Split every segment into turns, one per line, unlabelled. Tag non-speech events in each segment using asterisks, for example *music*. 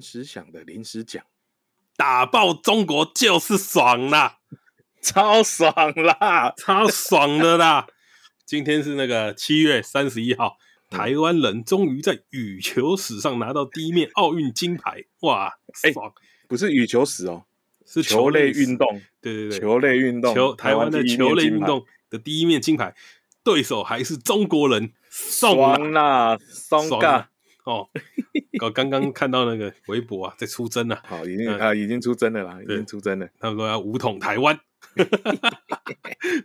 时想的临时
*laughs*
奖，
打爆中国就是爽
*laughs*
啦，
超爽啦！
超爽的啦！今天是那个七月三十一号，
嗯
台湾人终于在羽球史上拿到第一面奥运金牌，哇，
哎
爽！
不是羽球史哦，
是
球类
史
运，动，
对对对，
球类运动，
球台湾的
第一面
球类
金
运
牌
动的第一面金牌，对手还是中国人，送啦
爽啦，松
爽
尬
啊，
*laughs*
哦！我刚刚看到那个微博啊，在出征啊，
好，已经
嗯
啊，已经出征了啦，已
对
经出征了。
他们说要武统台湾。 *laughs*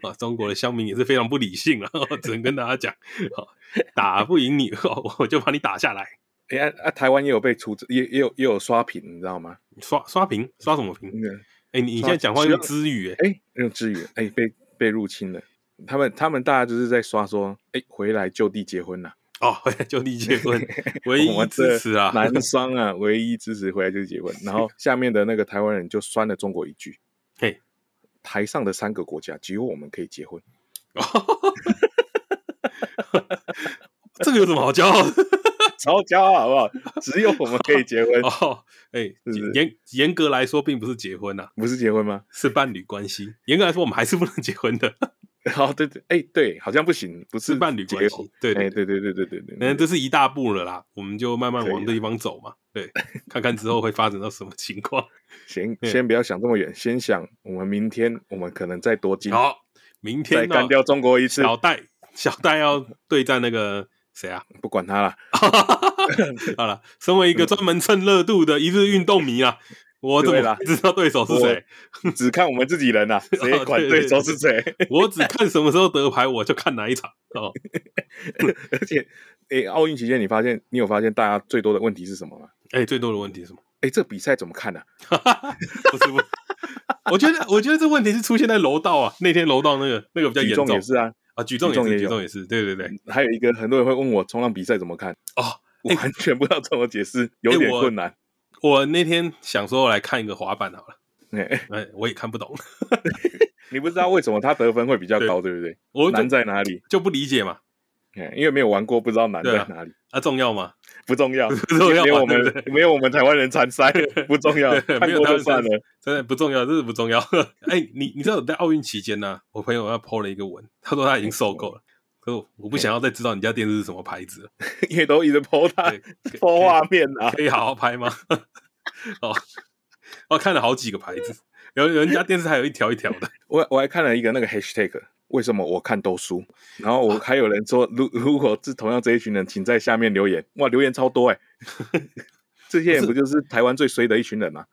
啊，中国的乡民也是非常不理性了， *laughs* 只能跟大家讲， *laughs* 哦打不赢你，哦我就把你打下来，
哎啊啊，台湾也有被出征，也也有也有刷屏，你知道吗？
刷刷屏，刷什么屏？
嗯，
哎、你你
刷
现在讲话用
希望
资语、哎，
哎，那种之语，哎，被被入侵了。他们他们大家就是在刷说，哎，回来就地结婚啦。
哦， *laughs* 就你
*laughs*
结婚，唯
我
一支
这
持啊，
男双啊，唯一支持回来就是结
*laughs*
婚。然后下面的那个台湾人就酸了中国一句：“
嘿，
台上的三个国家只有我们可以
*laughs*
结婚。
这个有什么好骄傲的？”，
超骄傲好不好？只有我们可以结婚
*laughs* 哦，哎、
不是
严严格来说，并不是结婚呐、啊，
不是结婚吗？
是伴侣关系。严格来说，我们还是不能结婚的，
哦，对对，哎，对，好像不行，不
是伴侣
结
关
婚
系。对
哎，对对
对对，嗯
对对对对，
那这是一大步了啦，我们就慢慢
可以
往
啊
这地方走嘛。对，看看之后会发展到什么
*laughs*
情况。
先
嗯
先不要想这么远，先想我们明天我们可能再多进，
好，明
嗯再
天呢、
干掉中国一次，
小戴，小戴要对战那个谁啊？ *laughs*
不管他了。
好了，身为一个专门蹭热度的一日运动迷啊，我
嗯
怎
对
么
啦
知道对手是
*laughs*
谁？
*laughs* 只看我们自己人
*laughs*
呐、啊，谁管
哦对对
对手是谁？
我只看什么时候得牌，我就看哪一场哦。
而且，诶，哎奥运期间你发现，你有发现大家最多的问题是什么吗？
哎、最多的问题是什么？
诶，这比赛怎么看呢、啊？
不是不是，我觉得我觉得这问题是出现在楼道啊，那天楼道那个那个比较
举
严
重
重
也是啊，
啊，举重也
举重也有嗯
是举重也是，对对对，
还有一个很多人会问我冲浪比赛怎么看，
哦。
我
诶
完全不知道怎么解释，有
诶
点
我
困难。
我那天想说我来看一个滑板好了，
诶
哎，我也看不懂， *laughs*
你不知道为什么他得分会比较高，对不对？
我就
难在哪里？
就不理解嘛，
诶因为没有玩过，不知道难
对
在
啊
哪里。
啊，重要吗？
不重要，
*laughs* 不重要
没有
嘛
我
对不
们没有我们台湾人参赛，不重要，
对
看
没有
过
台湾
就
人
算
参
了。
真的不重要，真的不重要。 *laughs* 哎、你你知道我在奥运期间呢、我朋友要 PO 了一个文，他说他已经受够了，可是我不想要再知道你家电视是什么牌子了，
因为都一直剖他
对，可以
剖画面啊，
可以好好拍吗？ *laughs* 哦，我看了好几个牌子，有有人家电视还有一条一条
*laughs*
的，
我我还看了一个那个 hashtag，为什么我看都输？然后
啊
我还有人说，如如果是同样这一群人，请在下面留言。哇，留言超多哎、 *laughs* 这些人不就是台湾最衰的一群人吗？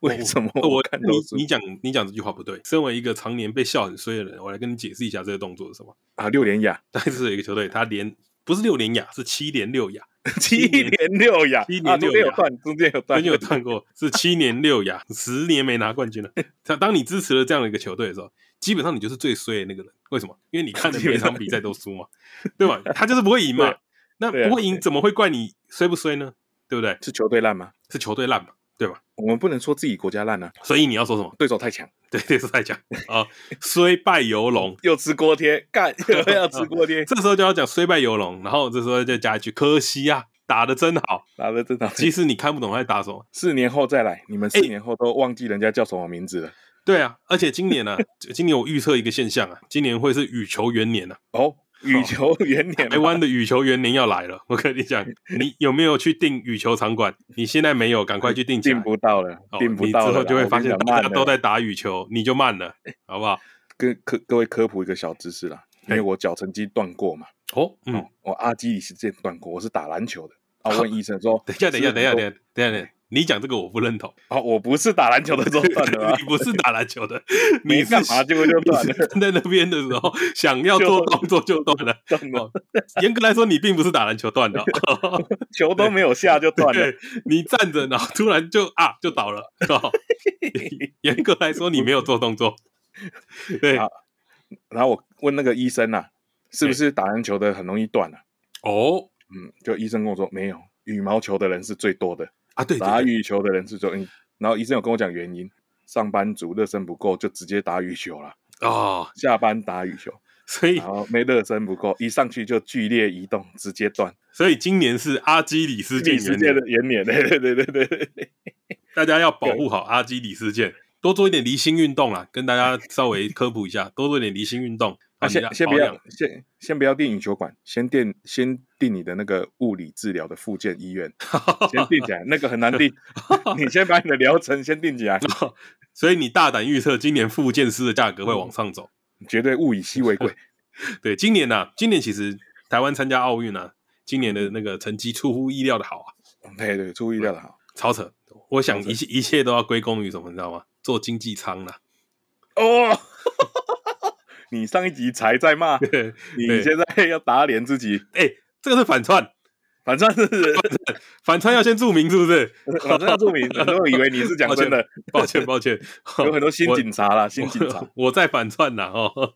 为什么
哦我
看都输
你你讲你讲这句话不对。身为一个常年被笑很衰的人，我来跟你解释一下这个动作是什么。
啊？六连
*laughs*
亚，
但是有一个球队，他连不是六连亚，是七连六亚，
七连六亚，
七连
啊中间
六亚
有断，中间有断，
曾经有看过，是七年六亚，十年没拿冠军了。他当你支持了这样的一个球队的时候，基本上你就是最衰的那个人。为什么？因为你看的每场比赛都输嘛，对吧？他就是不会赢嘛
对。
那
对啊
不会赢，怎么会怪你衰不衰呢？对不对？
是球队烂吗？
是球队烂嘛，对吧？
我们不能说自己国家烂啊，
所以你要说什么？
对手太强，
对，对，是在讲啊，虽败犹荣。
又吃锅贴，
*laughs*
干又要吃锅贴，
这时候就要讲虽败犹荣，然后这时候再加一句可惜啊，打的真好。
打的真好。
即使你看不懂他在打什么，
四年后再来，你们四
哎
年后都忘记人家叫什么名字了。
对啊。而且今年呢、啊， *laughs* 今年我预测一个现象啊，今年会是羽球元年啊，
哦，羽球元年
台
吗，
湾的羽球元年要来了。我跟你讲，
嗯
你有没有去订羽球场馆？你现在没有，赶快去订起来
订。不到了，
哦
订不到
你
了
之
啦，
后就会发现
我跟你
大
讲
家
慢
都
了
在打羽球，你就慢了，好不好？
跟科各位科普一个小知识啦，因为我脚曾经断过嘛，
哦，嗯，
我阿基里斯腱断过，我是打篮球的。
*laughs*
啊！
好
问医生说，
等一下，等一下，
是
等一下，等一下，等一下，等一下，你讲这个我不认同。
哦，我不是打篮球的时候断的啊
你，不是打篮
*laughs*
球的，你
没
是
干嘛，结果就
*laughs* 你
断
是
了，
站在那边的时候，想要做动作就断了。
断了，
严格来说，你并不是打篮球
*laughs*
断的哦，
球都没有下就断了。
对，你站着，然后突然就啊就倒了。
*laughs*
哦严格来说，你没有做动作。对，
好然后我问那个医生啊，是不是打篮球的很容易断啊？
哦
嗯，就医生跟我说没有，羽毛球的人是最多的，
啊，对，对
打
对
羽球的人是最多。嗯然后医生有跟我讲原因，上班族热身不够就直接打羽球了，
哦，
下班打羽球。
所以
然后没热身不够，一上去就剧烈移动，直接断。
所以今年是阿基里斯
李
腱
世
元
界
年，
的元年， *laughs* 对对对对对对，
大家要保护好阿基里斯腱，多做一点离心运动啦，跟大家稍微科普一下，多做一点离心运动。
啊，
啊，
先
你的
先不
保
要
养，
先先不要定羽球馆，先定先定你的那个物理治疗的附件医
*laughs*
院，先定起来，那个很难定，你先把你的疗程先定起
*laughs*
来，
所以你大胆预测今年复健师的价格会
嗯
往上走。
绝对物以稀为
*laughs*
贵。
对，今年呐、今年其实台湾参加奥运啊，今年的那个成绩出乎意料的好啊，
对对，注意到了
*laughs*
哈。
超扯！我想
哦超扯
一切一切都要归功于什么，你知道吗？做经济
*laughs*
舱啦、
哦，你上一集才在骂，
哦对，
你现在要打脸自己，
哎、这个是反串，
反正
*laughs*
是
反串要先注明是不是？
*laughs* 反正要注明，很多人以为你是讲真的，
*laughs* 抱歉，抱歉， *laughs*
有很多新
我
警察啦，新警察。
*laughs* 我我在反串呐哦，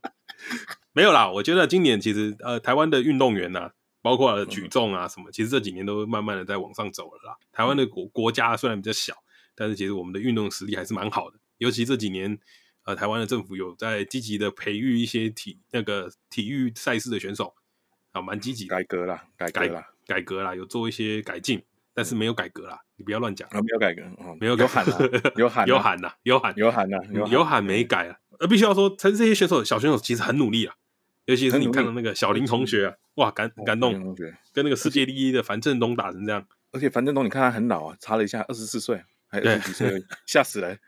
没有啦，我觉得今年其实呃，台湾的运动员呐、包括举
嗯
重啊什么，其实这几年都慢慢的在往上走了啦。台湾的
嗯
国国家虽然比较小，但是其实我们的运动实力还是蛮好的，尤其这几年。呃，台湾的政府有在积极的培育一些体那个体育赛事的选手，啊，蛮积极的
改革啦，改革
改
啦，
改革啦，有做一些改进，但是没有改革啦，你不要乱讲，
啊，没有改革，哦，
没有
嗯
改
有
*laughs*
喊啦，有喊，啊
有，喊呐，有喊
有喊啦，
有喊没改啊。呃，必须要说，陈这些选手小选手其实很努力啊，尤其是
很努
你
力
看到那个小林同学啊，哇，感
哦
感
感
动，
同学。
跟那个世界第一的樊振东打成这样，
而且樊振东，你看他很老啊，查了一下，二十四岁，还
对
二十几岁而已， *laughs* 吓死人。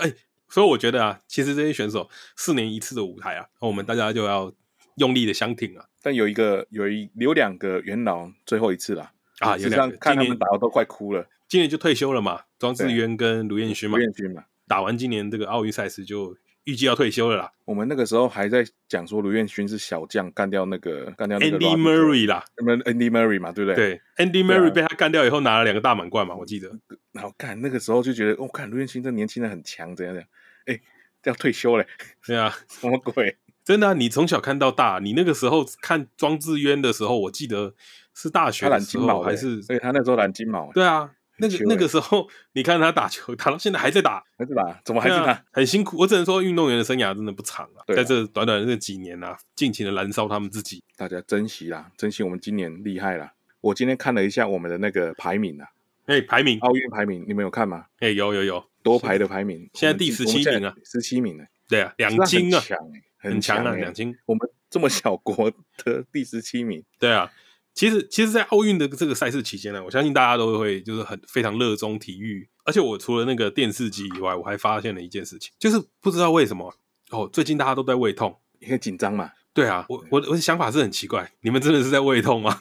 哎，所以我觉得啊，其实这些选手四年一次的舞台啊，我们大家就要用力的相挺啊
但有一个有一有两个元老最后一次啦，
啊，
实
有
际
两
上
个
看他
今
们
年
打我都快哭了。
今年就退休了嘛，庄智
对
渊跟卢彦勋嘛
吴，彦勋嘛，
打完今年这个奥运赛事就预计要退休了啦
我们那个时候还在讲说卢彦勋是小将，干掉那个干掉那个
，Andy
Robbie
Murray 啦，
Jones- Andy Murray 嘛，对不对？。
对
对
，Andy
啊
Murray 被他干掉以后拿了两个大满贯嘛，我记得。
然后看那个时候就觉得，哦，看卢彦勋这年轻人很强，怎样怎样，哎，要退休嘞，
对啊，
什么
*laughs*
鬼？
真的啊、你从小看到大，你那个时候看庄智渊的时候，我记得是大学
他
的
染
时
金
候
毛的
还是
所以他那时候染金毛，
对啊，那
很
个
球
那
欸
个时候你看他打球，打到现在还在打，
还是吧？怎么还是
对
他
啊？很辛苦。我只能说，运动员的生涯真的不长啊，
对啊
在这短短的这几年啊，尽情的燃烧他们自己。
大家珍惜啦，珍惜我们今年厉害啦。我今天看了一下我们的那个排名啊，
哎、排名，哎、
奥运排名，你们有看吗？
有有有，
多排的排名，
现在第17名啊，
十七名呢，
对啊，两
实际
金
上
啊
很，强欸，
很强啊，
强欸
两金，
我们这么小国的第十七名，
对啊。其实，其实，在奥运的这个赛事期间呢，我相信大家都会就是很非常热衷体育。而且，我除了那个电视机以外，我还发现了一件事情，就是不知道为什么哦，最近大家都在胃痛。
因为紧张
*laughs*
嘛，
对啊，我我的我的想法是很奇怪，你们真的是在胃痛吗？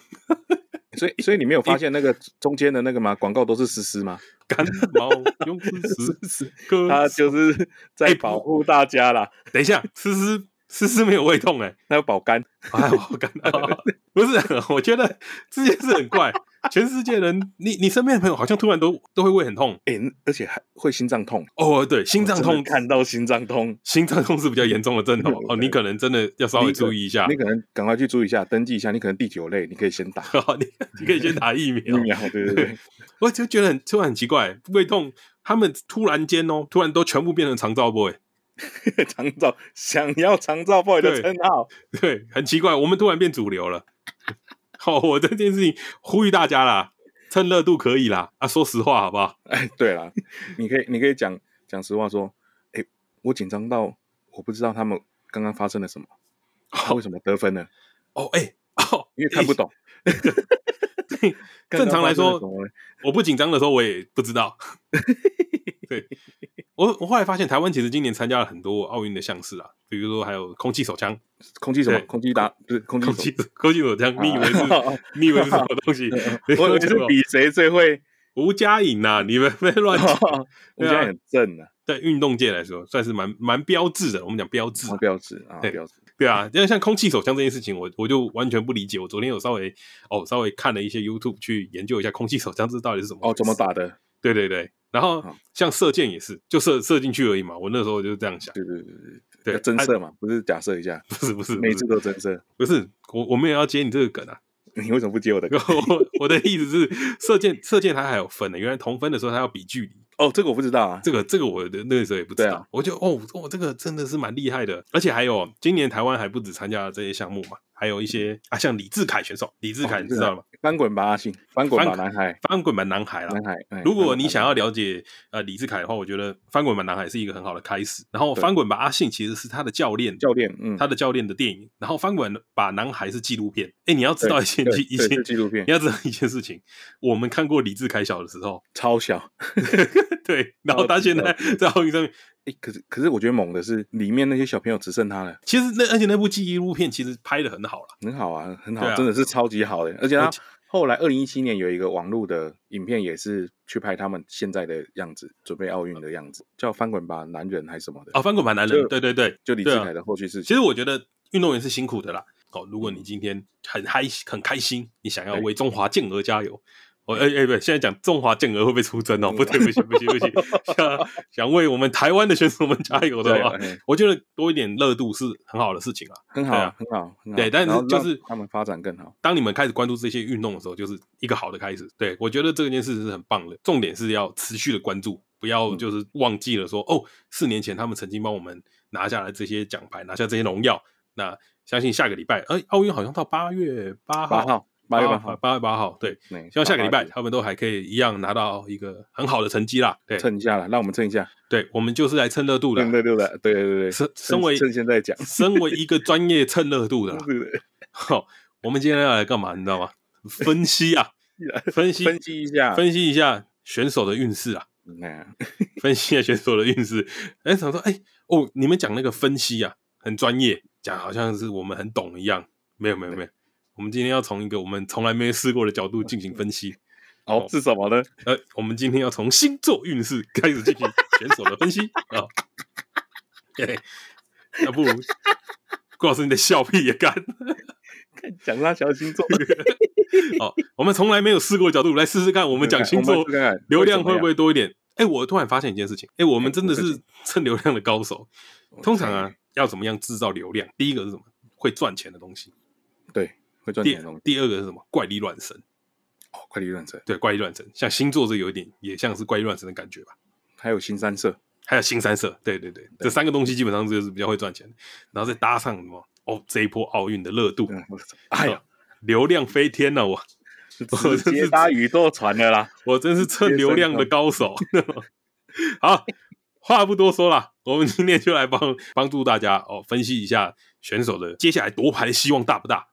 所以所以你没有发现那个中间的那个吗？广告都是实施吗？
感冒用吃食
实 *laughs*
哥，
他就是在
哎不
保护大家啦，
等一下，思思思思没有胃痛哎、
他要保肝。
哎，
*laughs*
我感到
哦
不是，我觉得这件事很怪。全世界人，你你身边的朋友好像突然都都会胃很痛
哎、而且还会心脏痛，
哦，对，心脏
我
痛
真的看到心脏痛，
心脏痛是比较严重的症头
对
哦，你可能真的要稍微
你可
注意一下
*laughs* 你，可能赶快去注意一下，登记一下，你可能第九类，你可以先打
*laughs* 哦你
*laughs*
你可以先打疫
疫
苗。
苗，对对对，
我就觉得很突然很奇怪，胃痛，他们突然间哦，突然都全部变成肠燥 boy，
*laughs* 长照想要长照 boy 的称号，
*laughs* 对，很奇怪，我们突然变主流了。 *laughs* 好、我这件事情呼吁大家啦，趁热度可以啦，啊，说实话好不好？
哎， *laughs* 对啦，你可以你可以讲讲实话说，哎、我紧张到我不知道他们刚刚发生了什么，他为什么得分呢？
哦，哎、哦，
因为看不 *laughs* 懂。
正常来
*laughs* 刚刚发生了
说
什么呢
我不紧张的时候，我也不知道。
*laughs*
对我，我后来发现台湾其实今年参加了很多奥运的项式啊，比如说还有空气手枪、
空气什么？
对
空气打不是
*laughs*
空气
空
手？
气空气手枪，你以为是、 *laughs* 你以为是什么东西
*laughs*
*laughs*
我我就是比谁最 *laughs* 会，
吴佳颖呐、啊你们别乱
*laughs* 啊
讲。
我现在很正 *laughs* 啊，
在运动界来说，算是蛮蛮标志的。我们讲标志啊，
标志啊，
对
标志。
对啊，因为像空气手枪这件事情，我我就完全不理解。我昨天有稍微哦稍微看了一些 YouTube 去研究一下空气手枪这到底是什么
哦，怎么
回事？
打哦的？
对对对，然后
好
像射箭也是，就射射进去而已嘛。我那时候就是这样想，
对对对对
对，
要增
啊
色嘛，不是假设一下，
不是不是不
每次
是
都增色。
不是，我我没有要接你这个梗啊。
你为什么不接我的？
*laughs* 我我的意思是，射箭射箭它还有分的，原来同分的时候它要比距离。
哦，这个我不知道啊。
这个这个我的那个时候也不知
对
道，
啊
我就哦哦，这个真的是蛮厉害的。而且还有，今年台湾还不止参加了这些项目嘛，还有一些啊，像李志凯选手，李志凯
哦
你
李志
知道吗？
翻滚吧，阿信！翻滚吧，
翻
男孩！
翻滚吧男孩啦。
男孩！哎
如果你想，要了解呃李志凯的话，我觉得翻滚吧男孩是一个很好的开始。然后
对
翻滚吧阿信其实是他的教练，
教练，嗯，
他的教练的电影。然后翻滚吧男孩是纪录片。哎，你要知道一件
对
一
对
件
是纪录片
你要知道一件事情，我们看过李志凯小的时候， *laughs*
超小。
对，然
哦
后他现在在奥运上面，
哎，可是可是我觉得猛的是里面那些小朋友只剩他了，
其实那而且那部纪录片其实拍的很好啦。
很好啊，很
对
好，
啊
真的是超级好的。而且他
而且
后来二零一七年有一个网络的影片，也是去拍他们现在的样子，准备奥运的样子，叫《翻滚吧，男人》还是什么的
哦，翻滚吧男人，
就
对对对，
就李
对
志
啊
凯的后续事
其
情。
实我觉得运动员是辛苦的啦。哦，如果你今天很嗨很开心，你想要
对
为中华健儿加油。哦，哎哎，不，现在讲中华健儿会被出征哦，不对，不行，不
*laughs*
行，不行，想想为我们台湾的选手们加油的哦话，
哎
我觉得多一点热度是很好的事情啊。
很
对
好
啊，
很好，很好
对但是
然后
就
让
是
他们发展更好。
当你们开始关注这些运动的时候，就是一个好的开始。对我觉得这件事是很棒的，重点是要持续的关注，不要
嗯
就是忘记了说、哦，四年前他们曾经帮我们拿下来这些奖牌，拿下这些荣耀。那相信下个礼拜，哎、奥运好像到八月八
八
号，
号，八月八号，
八月八号，对，
对
希望下个礼拜
八八
他们都还可以一样拿到一个很好的成绩啦。对，
蹭一下了，让我们蹭一下，
对，我们就是来蹭热度的
蹭。对对对对对对，
身
趁
身为
趁现在讲
身为一个专业蹭热度的啦，
对对对
好、 *laughs* 我们今天要来干嘛？你知道吗？分析
*laughs*
啊，分析
分析一下，
分析一下选手的运势啊， *laughs*
哎
分析一下选手的运势。哎，想说，哎，哦，你们讲那个分析啊，很专业，讲好像是我们很懂一样。没有，没有，没有，我们今天要从一个我们从来没试过的角度进行分
*laughs*
析。
哦是什么呢？
呃，我们今天要从星座运势开始进行选手的
*laughs*
分析啊。 *laughs* 对，那不如顾老师你的笑屁也干。
讲他小星座，
*laughs* 哦，我们从来没有试过的角度来试试看，我
我
们讲星座
们试看看
流量会不
会
会多一点？哎、我突然发现一件事情，哎、我们
哎
真的
什么事
是 *laughs* 蹭流量的高手。
怎么样
*laughs* 通常啊，要怎么样制造流量？第一个是什么？会赚钱的东西。
对会赚
第
钱的东西，
第二个是什么？怪力乱神。
哦快递认证，
对，怪力乱神，像星座这有一点，也像是怪力乱神的感觉吧。
还有新三社，
还有新三色，对对对，这三个东西基本上就是比较会赚钱的。然后再搭上什么？哦，这一波奥运的热度，
嗯哎呀
哦，流量飞天了、我我
直接搭宇宙船了啦，
我真是蹭流量的高手。 *laughs* 好，话不多说了，我们今天就来帮帮助大家哦，分析一下选手的接下来夺牌的希望大不大？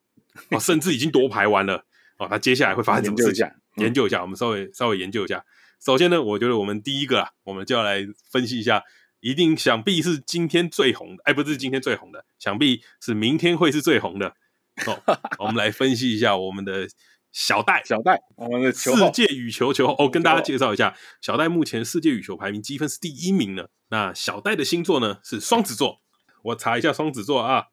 哦，甚至已经夺牌完了哦，那接下来会发生什
研
么
究
事
一
情？
下，嗯
研究一下，我们稍微稍微研究一下。首先呢，我觉得我们第一个啊，我们就要来分析一下，一定想必是今天最红的，哎，不是今天最红的，想必是明天会是最红的。哦，我们来分析一下我们的小戴，
小戴，我们的球
世
后
界羽球球后，哦，跟
球后
大家介绍一下，小戴目前世界羽球排名积分是第一名呢。那小戴的星座呢是双子座，我查一下双子座啊。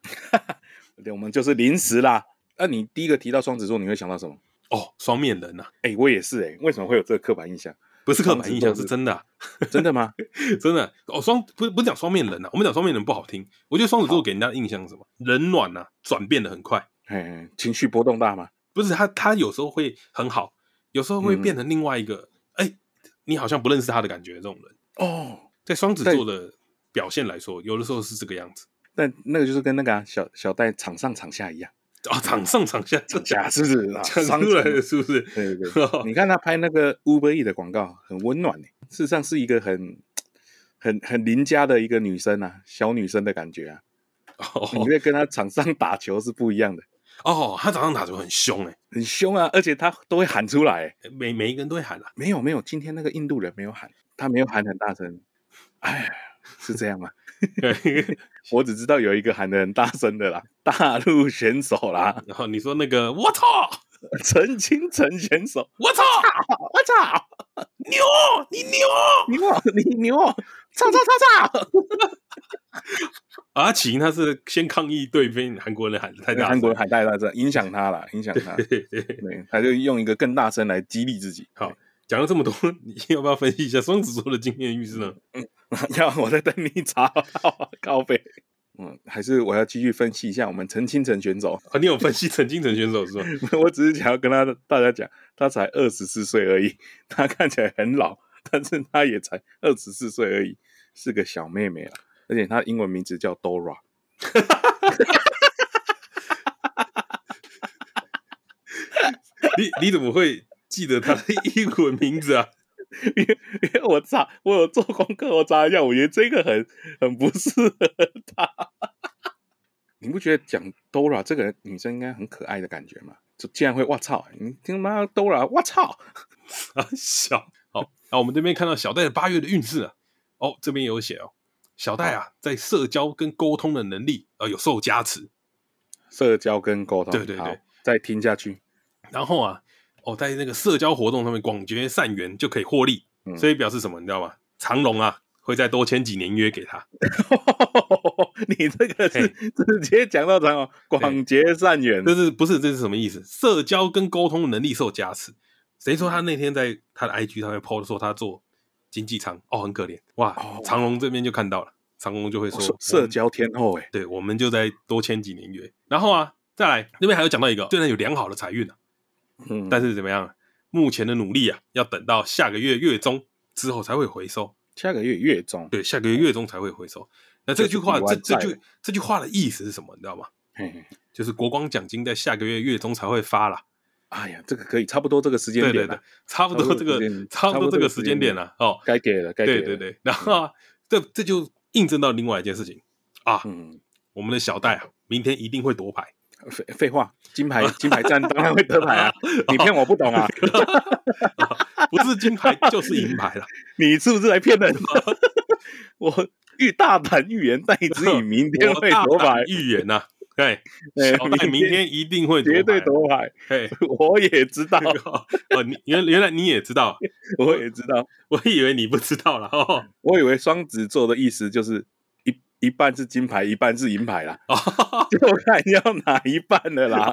对，我们就是临时啦。那你第一个提到双子座，你会想到什么？
哦，双面人呐、啊，
哎，我也是哎，为什么会有这个刻板印象？
不是刻板印象，
双子座
是
是
真的啊、
真的吗？
真的哦。双不是不是讲双面人呐、啊我们讲双面人不好听。我觉得双子座给人家的印象是什么？冷暖呐、转变的很快。
哎，情绪波动大吗？
不是他，他有时候会很好，有时候会
嗯
变成另外一个，哎、你好像不认识他的感觉。这种人，
哦，
在双子
对
座的表现来说，有的时候是这个样子。
但那个就是跟那个、啊、小小戴场上场下一样，
哦，场上场下
场下是不是？啊
讲
商
出来
场
了是不是？哦
对对
*laughs*
对，你看他拍那个 Uber E 的广告，很温暖、欸、事实上是一个很、很、很邻家的一个女生啊，小女生的感觉啊。你
哦
会跟她场上打球是不一样的，
哦，他早上打球很凶哎、
很凶啊，而且她都会喊出来欸、
每每一个人都会喊啊啦、
没有没有，今天那个印度人没有喊，他没有喊很大声。哎，是这样
*laughs*
吗？我只知道有一个喊的很大声的啦，大陆选手啦，
然后你说那个我操
*laughs* 陈清晨选手。
我操
我操！
牛你牛
牛哦，你牛 *laughs* 哦！操操操操！
阿奇啊他是先抗议对面韩国人喊的太大声，
韩国海带大战影响他了，影响他，
对对对
对，他就用一个更大声来激励自己。 *laughs*
好讲了这么多，你要不要分析一下双子座的经验运势呢？
要我在等你查到高飞。嗯，还是我要继续分析一下我们陈清晨选手。 *laughs*
啊，你有分析陈金城选手是吧？
我只是想要跟他大家讲，他才二十四岁而已，他看起来很老，但是她也才二十四岁而已，是个小妹妹了。而且她英文名字叫 Dora，
你你怎么会记得他的英文名字啊？
因为因为我查，我有做功课，我查一下，我觉得这个很很不适合她。 *laughs* 你不觉得讲 Dora 这个女生应该很可爱的感觉吗？就竟然会哇操！你听妈 Dora，哇操！
啊，小好，那我们这边看到小戴的八月的运势啊，哦，这边有写哦，小戴啊，在社交跟沟通的能力啊、呃有受加持，
社交跟沟通，
对对对
好，再听下去。 *laughs*
然后啊，哦，在那个社交活动上面广结善缘就可以获利，
嗯
所以表示什么你知道吗？长隆啊会再多签几年约给他，
你这个是直接讲到长哦，广结善缘。
这是不是这是什么意思？社交跟沟通能力受加持。谁说
嗯
他那天在他的 IG 上面 PO 说他做经济舱哦，很可怜哇！
哦
长隆这边就看到了，长隆就会说嗯
社
我
社
们
交天后哎、
对，我们就再多签几年约。然后啊，再来那边还有讲到一个，虽然有良好的财运啊，
嗯，
但是怎么样？目前的努力啊，要等到下个月月中之后才会回收。
下个月月中，
对，下个月月中才会回收。那这句话，
就是
这
比
这
完赛
句这句话的意思是什么？你知道吗？
嘿嘿
就是国光奖金在下个月月中才会发啦。
哎呀，这个可以差不多这个时间
对对
点
对
了，，
差不多这个
差不多这个时间啊
差不多这个时间点了、哦。
该给了，该给
对
了，
对，对，然后、啊、这这就印证到另外一件事情啊，
嗯，
我们的小戴啊，明天一定会夺牌。
废废话，金牌金牌战当然会得牌
*laughs*
啊，你骗我不懂啊，
哦不是金牌就是银牌啦。
你是不是来骗
*laughs*
人的？我欲大胆预言，但只以明天
*laughs* 我
会
大
夺
胆
牌，
预言呐、哎，
哎
小戴明天一定会夺牌，
绝对夺牌，
哎。
我也知道，
哦， *laughs* 你原原来你也知道，
我也知道。
我以为你不知道了哦。
我以为双子座的意思就是一一半是金牌，一半是银牌啦，
哦，
就看要哪一半的啦。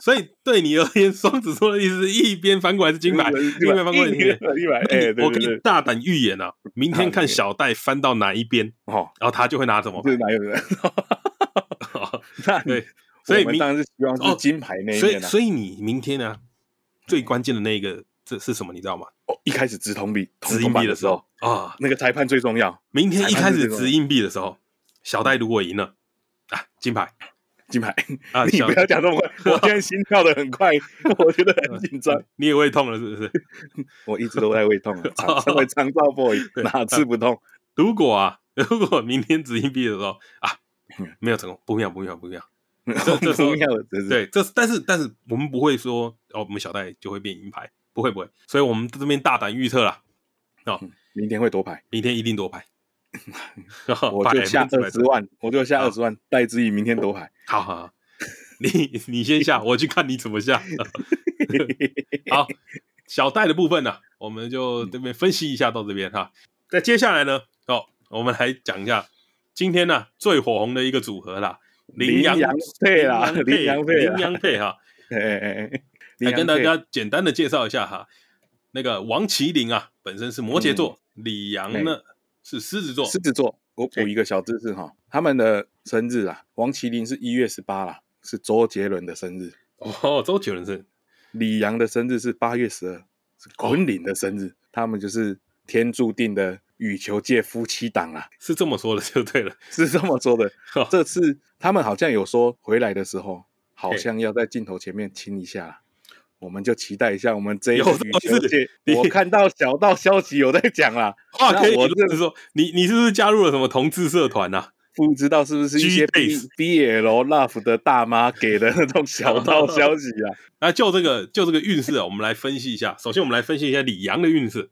所以对你而言，双子座的意思是一边翻过来是
*laughs*
金牌，
一
一边翻过来是银
一
牌。
百一百，哎，对对
我可以
对，
大胆预言啊，明天看小戴翻到哪一边，
哦，
然后他就会拿什么
这
*laughs* 牌。
哪有人？那
对，所以
我们
明
当然是希望
哦
是金牌那一
所以
面啊啦。
所以你明天呢、最关键的那一个这是什么？你知道吗？
哦一开始掷铜币，
掷
铜
硬
板
币
的
的
时
时
候
候，啊，
那个裁判最重要，
明天一
裁判
开
是
始
这个
掷硬币的时候，小戴如果赢了啊，金牌
金牌。 *laughs*
啊，
你
小
不要讲这么快，我现在心跳的很快，我觉得很紧
*laughs*
张。
你也胃痛了是不是？
我一直都在胃痛啊，长身为长照 boy，
哦 *laughs* 对
哪次不痛？
如果啊，如果明天掷硬币的时候
*laughs*
啊，没有成功，不妙不妙不妙。这这时
重
候
要的，真是
对，这但是但是我们不会说哦，我们小戴就会变银牌，不会不会，所以我们这边大胆预测啦，哦
*laughs* 明天会夺牌。
明天一定
*laughs*
夺牌，哦
我就下
百分
二
之
十
百
万，我就下
好
二十万，戴之意明天夺牌。
好好 *laughs* 好，你你先下，我去看你怎么下。 *laughs* 好，小戴的部分呢、我们就
嗯
这边分析一下到这边哈。那接下来呢，哦，我们来讲一下今天呢、最火红的一个组合啦，
羚
羊
羊配啦
羚
羚羊配啊
羊配，
啦
羚羊配哈，
哎哎哎哎，
来跟大
林洋
家简单的介绍一下哈。那个王麒麟啊，本身是摩羯座，李阳呢是狮子座
嗯配，狮子座，我补一个小知识哈，他们的生日啊，王麒麟是一月十八啦，是周杰伦的生日，
哦，周杰伦是
李阳的生日是八月十二，是
哦
昆凌的生日，他们就是天注定的羽球界夫妻档啦，
是这么说的就对了，
是这么说的。
哈
这次他们好像有说回来的时候，好像要在镜头前面亲一下啦，我们就期待一下我们这一
有
个羽
这
球
回事
界。
你
我看到小道消息有在讲啦，
话啊可以
那我
就是说，你你是不是加入了什么同志社团呐、啊？
不知道是不是一些 B
G-Base
B L Love 的大妈给的那种小道消息
*laughs*
啊？
那就这个就这个运势啊，我们来分析一下。首先，我们来分析一下李阳的运势。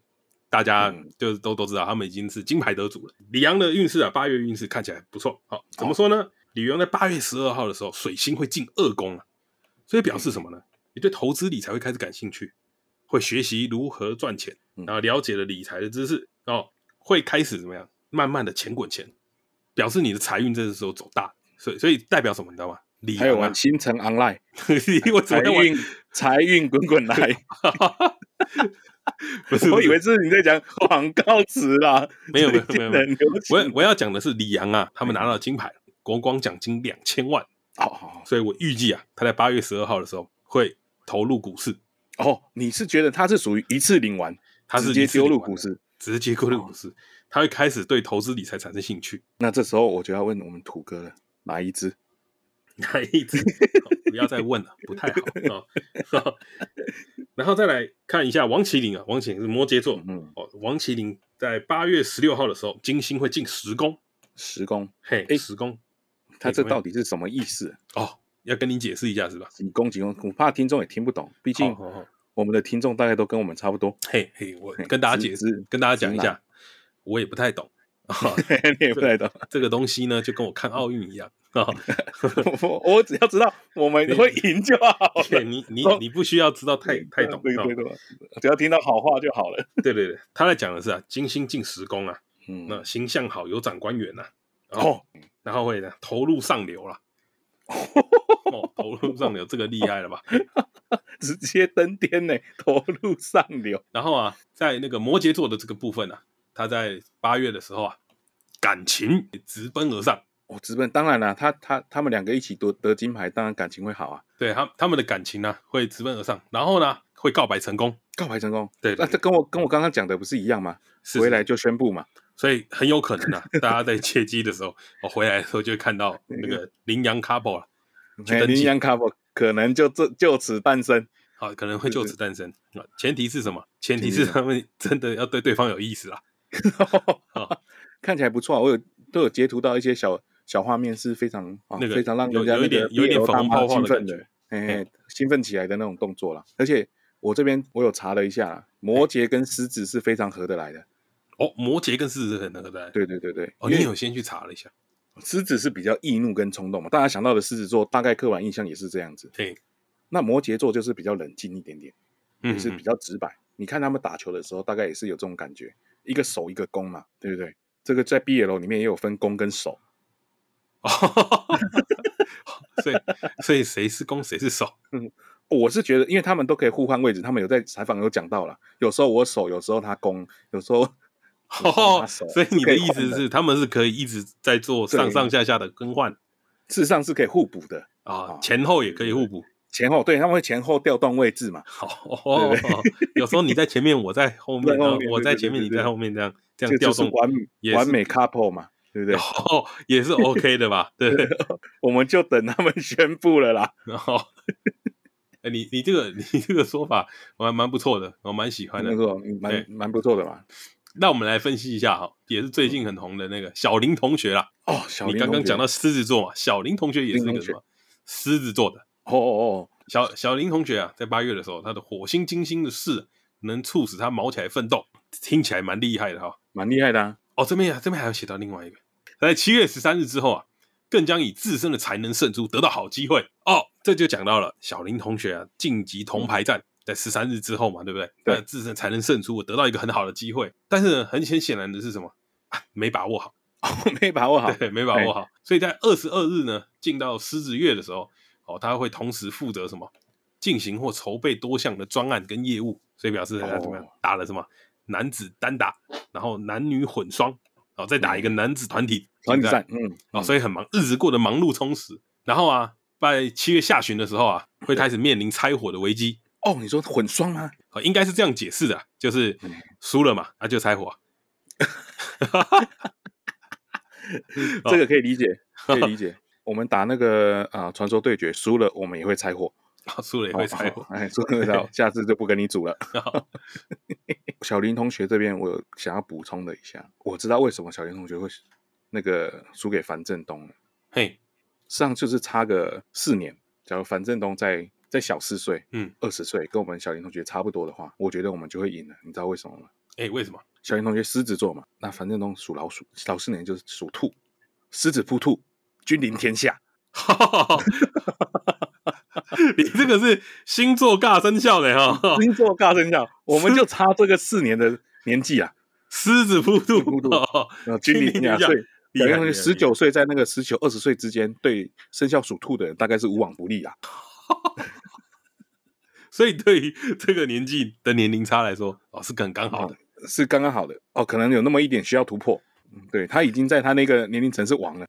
大家
嗯
就是都都知道，他们已经是金牌得主了。李阳的运势啊，八月运势看起来不错。好、怎么说呢？李阳在八月十二号的时候，水星会进二宫啊，所以表示什么呢？你对投资理财会开始感兴趣，会学习如何赚钱，
嗯
然后了解了理财的知识，哦，会开始怎么样？慢慢的钱滚钱，表示你的财运这个时候走大，所以所以代表什么？你知道吗？李阳、啊、
还有玩星辰 Online，
*laughs* 你为什
财
么要玩
运财运滚滚来，
不是，
我以为是你在讲广告词啦，
没有没有
最近
没有
很流
我
行
要我要讲的是李阳啊，他们拿到金
哎
牌，国光奖金两千万，
哦
所以我预计啊，他在八月十二号的时候会投入股市，
哦，你是觉得他是属于一次领完？
他是
直接
一次
丢
领
入
完
股
的，
市。哦
直接丢入股市，他会开始对投资理财产生兴趣。
那这时候我就要问我们土哥了，哪一只？
哪
*laughs*
一只？好不要再问了，不太好啊、然后再来看一下王麒麟啊，王麒麟是摩羯座
嗯，
哦。王麒麟在八月十六号的时候，金星会进十宫，
十公，
嘿，
诶
十宫
他这
怎么样
到底是什么意思？
哦，要跟你解释一下是吧？
几公几公？我怕听众也听不懂，毕竟
好好好
我们的听众大概都跟我们差不多。
嘿嘿，我
嘿
跟大家
直
解
直
释，跟大家讲一
直男
下，我也不太懂
*laughs*
啊、
你也不太
*laughs*
懂，
这个东西呢，就跟我看奥运一样
*laughs*
啊。
我我只要知道我们会赢就好了。
你你你不需要知道 *laughs* 太太懂
哦对
啊
对对，对只要听到好话就好了。
对对对，他在讲的是啊，金星进十宫啊，
嗯，
那形象好，有长官员呐、然后
哦，
然后会呢投入上
*laughs*
流啦。哦，投入上流，这个厉害了吧？ *laughs*
直接登天呢，投入上流。
然后啊，在那个摩羯座的这个部分啊，他在八月的时候啊，感情直奔而上，
哦，直奔当然了，他他他们两个一起夺得金牌，当然感情会好啊，
对他他们的感情呢、会直奔而上，然后呢会告白成功，
告白成功。
对
那、
对
这跟我跟我刚刚讲的不是一样吗？
是
回来，就宣布嘛，
所以很有可能啊，大家在切机的时候，我回来的时候就会看到那个羚羊 couple 啊，去
哎
登
羚
记
羊 couple 可能就这就此诞生。
好，可能会就此诞生啊。前提是什么？前提
前
是
提是
他们真的要对对方有意思啊啦。哦
*laughs* 看起来不错、啊，我有都有截图到一些小小画面，是非常啊、
那个
非常让
有
人家
有一点
那个
有一点
BL
粉红
大妈
泡泡的
兴奋
感觉
的，哎，兴奋起来的那种动作啦。而且我这边我有查了一下啦，摩羯跟狮子是非常合得来的。
哦，摩羯跟狮子很合得来。
对对对对，
哦，
因为
你有先去查了一下，
狮子是比较易怒跟冲动嘛，大家想到的狮子座大概刻板印象也是这样子。
对，
那摩羯座就是比较冷静一点点，
嗯
也是比较直白。你看他们打球的时候，大概也是有这种感觉，一个手一个攻嘛，对不对？这个在 BL 里面也有分攻跟守，
哦，所以所以谁是攻谁是守，
我是觉得，因为他们都可以互换位置，他们有在采访有讲到了，有时候我守，有时候他攻，有时候 *laughs* 有时候
哦，
他守
所以你的意
是可以
思
换
是他们是可以一直在做上
对
上下下的更换
事实上是可以互补的，
啊
啊，
前后也可以互补。
前后对他们会前后调动位置嘛，
好，哦，有时候你在前面，我在后面，
在后
然后
面
我
对
在
对
前面，
对
你在
对
后面，这样这
这
样调
就是
动，
完美
也是
完美 couple 嘛，对不对？
哦，也是 OK 的吧？对不对？
我们就等他们 *laughs* 宣布了啦。
*laughs* 然后，哎，你你这个你这个说法，我还蛮不错的，我蛮喜欢的
那。个蛮
对
蛮不错的嘛。
那我们来分析一下哈，也是最近很红的那个小林同学啦。
哦，小林
你刚刚
同学
讲到狮子座嘛，小林同学也是那
林
个
同学
什么狮子座的。
哦哦哦，
小小林同学啊，在八月的时候，他的火星金星的事能促使他毛起来奋斗，听起来蛮厉害的哈。
蛮厉害的啊。 *laughs*
哦，这边啊，这边还有写到另外一个，在七月十三日之后啊，更将以自身的才能胜出，得到好机会哦。这就讲到了小林同学啊，晋级铜牌战，在十三日之后嘛，对不对？
对
那自身才能胜出，我得到一个很好的机会。但是呢很很显然的是什么啊？没把握好，
哦，没把握好。哎
对，没把握好。所以在二十二日呢，进到狮子月的时候，哦，他会同时负责什么？进行或筹备多项的专案跟业务，所以表示他怎么样、
哦
打了什么男子单打，然后男女混双，哦，再打一个男子团
嗯
体
团体
竞赛
战，嗯，
哦，
嗯
所以很忙，日子过得忙碌充实。然后啊，在七月下旬的时候啊，会开始面临拆伙的危机，
哦，你说混双吗？
哦，应该是这样解释的啊，就是
嗯
输了嘛，那、就拆伙啊、
这
哦
个可以理解，可以理
*laughs*
解。我们打那个啊传说对决输了，我们也会拆伙。
啊输了也会拆伙
哦，哎，说得到，
*laughs*
下次就不跟你组了。小林同学这边，我有想要补充的一下，我知道为什么小林同学会那个输给樊振东了，
嘿，
实际上就是差个四年。假如樊振东再再小四岁，
嗯，
二十岁，跟我们小林同学差不多的话，我觉得我们就会赢了。你知道为什么吗？
哎、为什么？
小林同学狮子座嘛，那樊振东属老鼠，老四年就是属兔，狮子扑兔，君临天下。
*laughs* 你这个是星座尬生肖的哈，
星座尬生
*laughs*
肖，我们就差这个四年的年纪啊，
狮子扑兔，
扑兔
哦
呃，君临天下，所以
*laughs* 厉
小
害
林同
厉
学
害
十九岁在那个十九二十岁之间，对生肖属兔的人大概是无往不利啊。
所以对于这个年纪的年龄差来说，哦，是很刚好的。
是刚刚好的哦，可能有那么一点需要突破。嗯，对他已经在他那个年龄层是王了。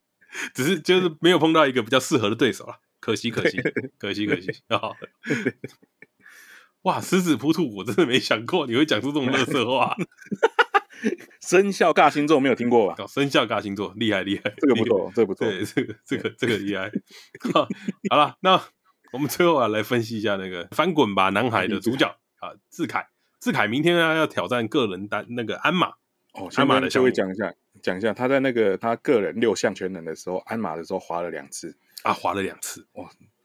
只是就是没有
*laughs*
碰到一个比较适合的对手了，可惜可惜可惜可惜啊！哦哇，狮子扑兔，我真的没想过你会讲出这种乐色
*laughs*
话。
生肖尬星座没有听过吧？
搞生肖尬星座，厉害厉害，
这个不错，这个不错。
哦对，
*laughs*
这个这个这个 AI，好好了，那我们最后啊来分析一下那个《翻滚吧，男孩》的主角啊，志凯。志凯明天呢要挑战个人单那个鞍马，
哦，
鞍
先
马
马
的
的稍
项目
微讲一下，讲一下他在那个他个人六项全能的时候，鞍马的时候滑了两次，
啊，滑了两次，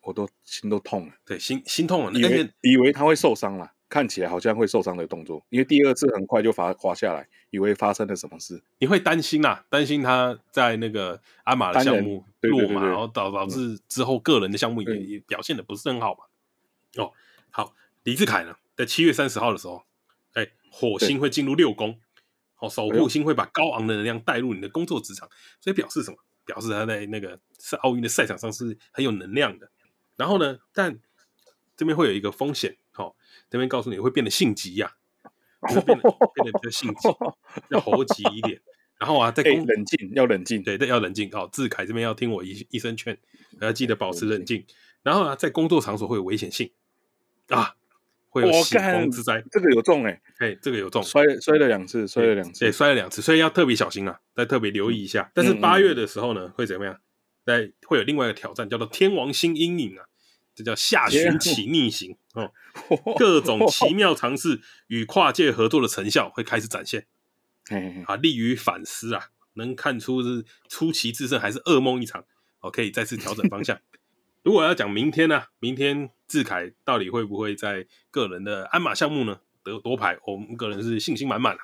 我都心都痛了，
对，心心痛了。
以
而
为
且
以为他会受伤了，看起来好像会受伤的动作，因为第二次很快就滑滑下来，以为发生了什么事，
你会担心啊，担心他在那个鞍马的
单人
项目
对对
落
对
马，
对
然后导导致之后个人的项目也
嗯
也表现的不是很好嘛。哦，好，李志凯呢，在七月三十号的时候，哎，火星会进入六宫，哦，守
哎
护星会把高昂的能量带入你的工作职场，所以表示什么？表示他在那个赛奥运的赛场上是很有能量的。然后呢，但这边会有一个风险，哦，这边告诉你会变得性急呀、会变得变得比较性急，要猴急一点。然后啊，哦在
*laughs* 哎，
工
冷静，要冷静，
对，但要冷静哦。志凯这边要听我一一声劝，要记得保持冷静。然后呢，啊在工作场所会有危险性啊，会有
我
血光
干
之灾。
这个有中哎，
哎，这个有中，
摔摔了两次，摔了两
哎，
次， *laughs*
摔了两次，所以要特别小心啊，再特别留意一下。但是
嗯嗯
八月的时候呢，会怎么样？在会有另外一个挑战，叫做天王星阴影啊，这叫下
天
旬
啊
起逆行哦。各种奇妙尝试与跨界合作的成效会开始展现
嘿，嘿嘿
啊，利于反思啊，能看出是出奇制胜还是噩梦一场哦，可以再次调整方向。如果要讲明天呢、明天志凯到底会不会在个人的鞍马项目呢得夺牌？我们个人是信心满满啊。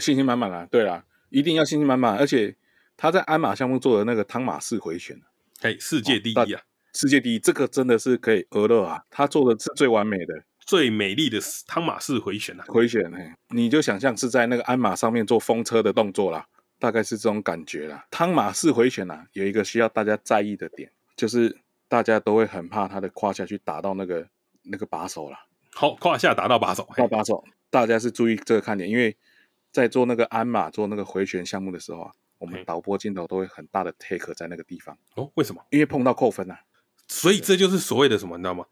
信心满满啦，对啦，一定要信心满满，而且他在鞍马项目做的那个汤马士回旋。
嘿，世界第一
哦
啊，
世界第一，这个真的是可以俄勒啊，他做的是最完美的
最美丽的汤马士回旋啊，
回旋，嘿，你就想象是在那个鞍马上面做风车的动作啦，大概是这种感觉啦。汤马式回旋啊，有一个需要大家在意的点，就是大家都会很怕他的胯下去打到那个那个把手啦，
好胯下达到把手，嘿
到把手，大家是注意这个看点，因为在做那个鞍马做那个回旋项目的时候啊，我
嗯
们导播镜头都会很大的 take 在那个地方，
哦，为什么？
因为碰到扣分啊，
所以这就是所谓的什么，你知道吗？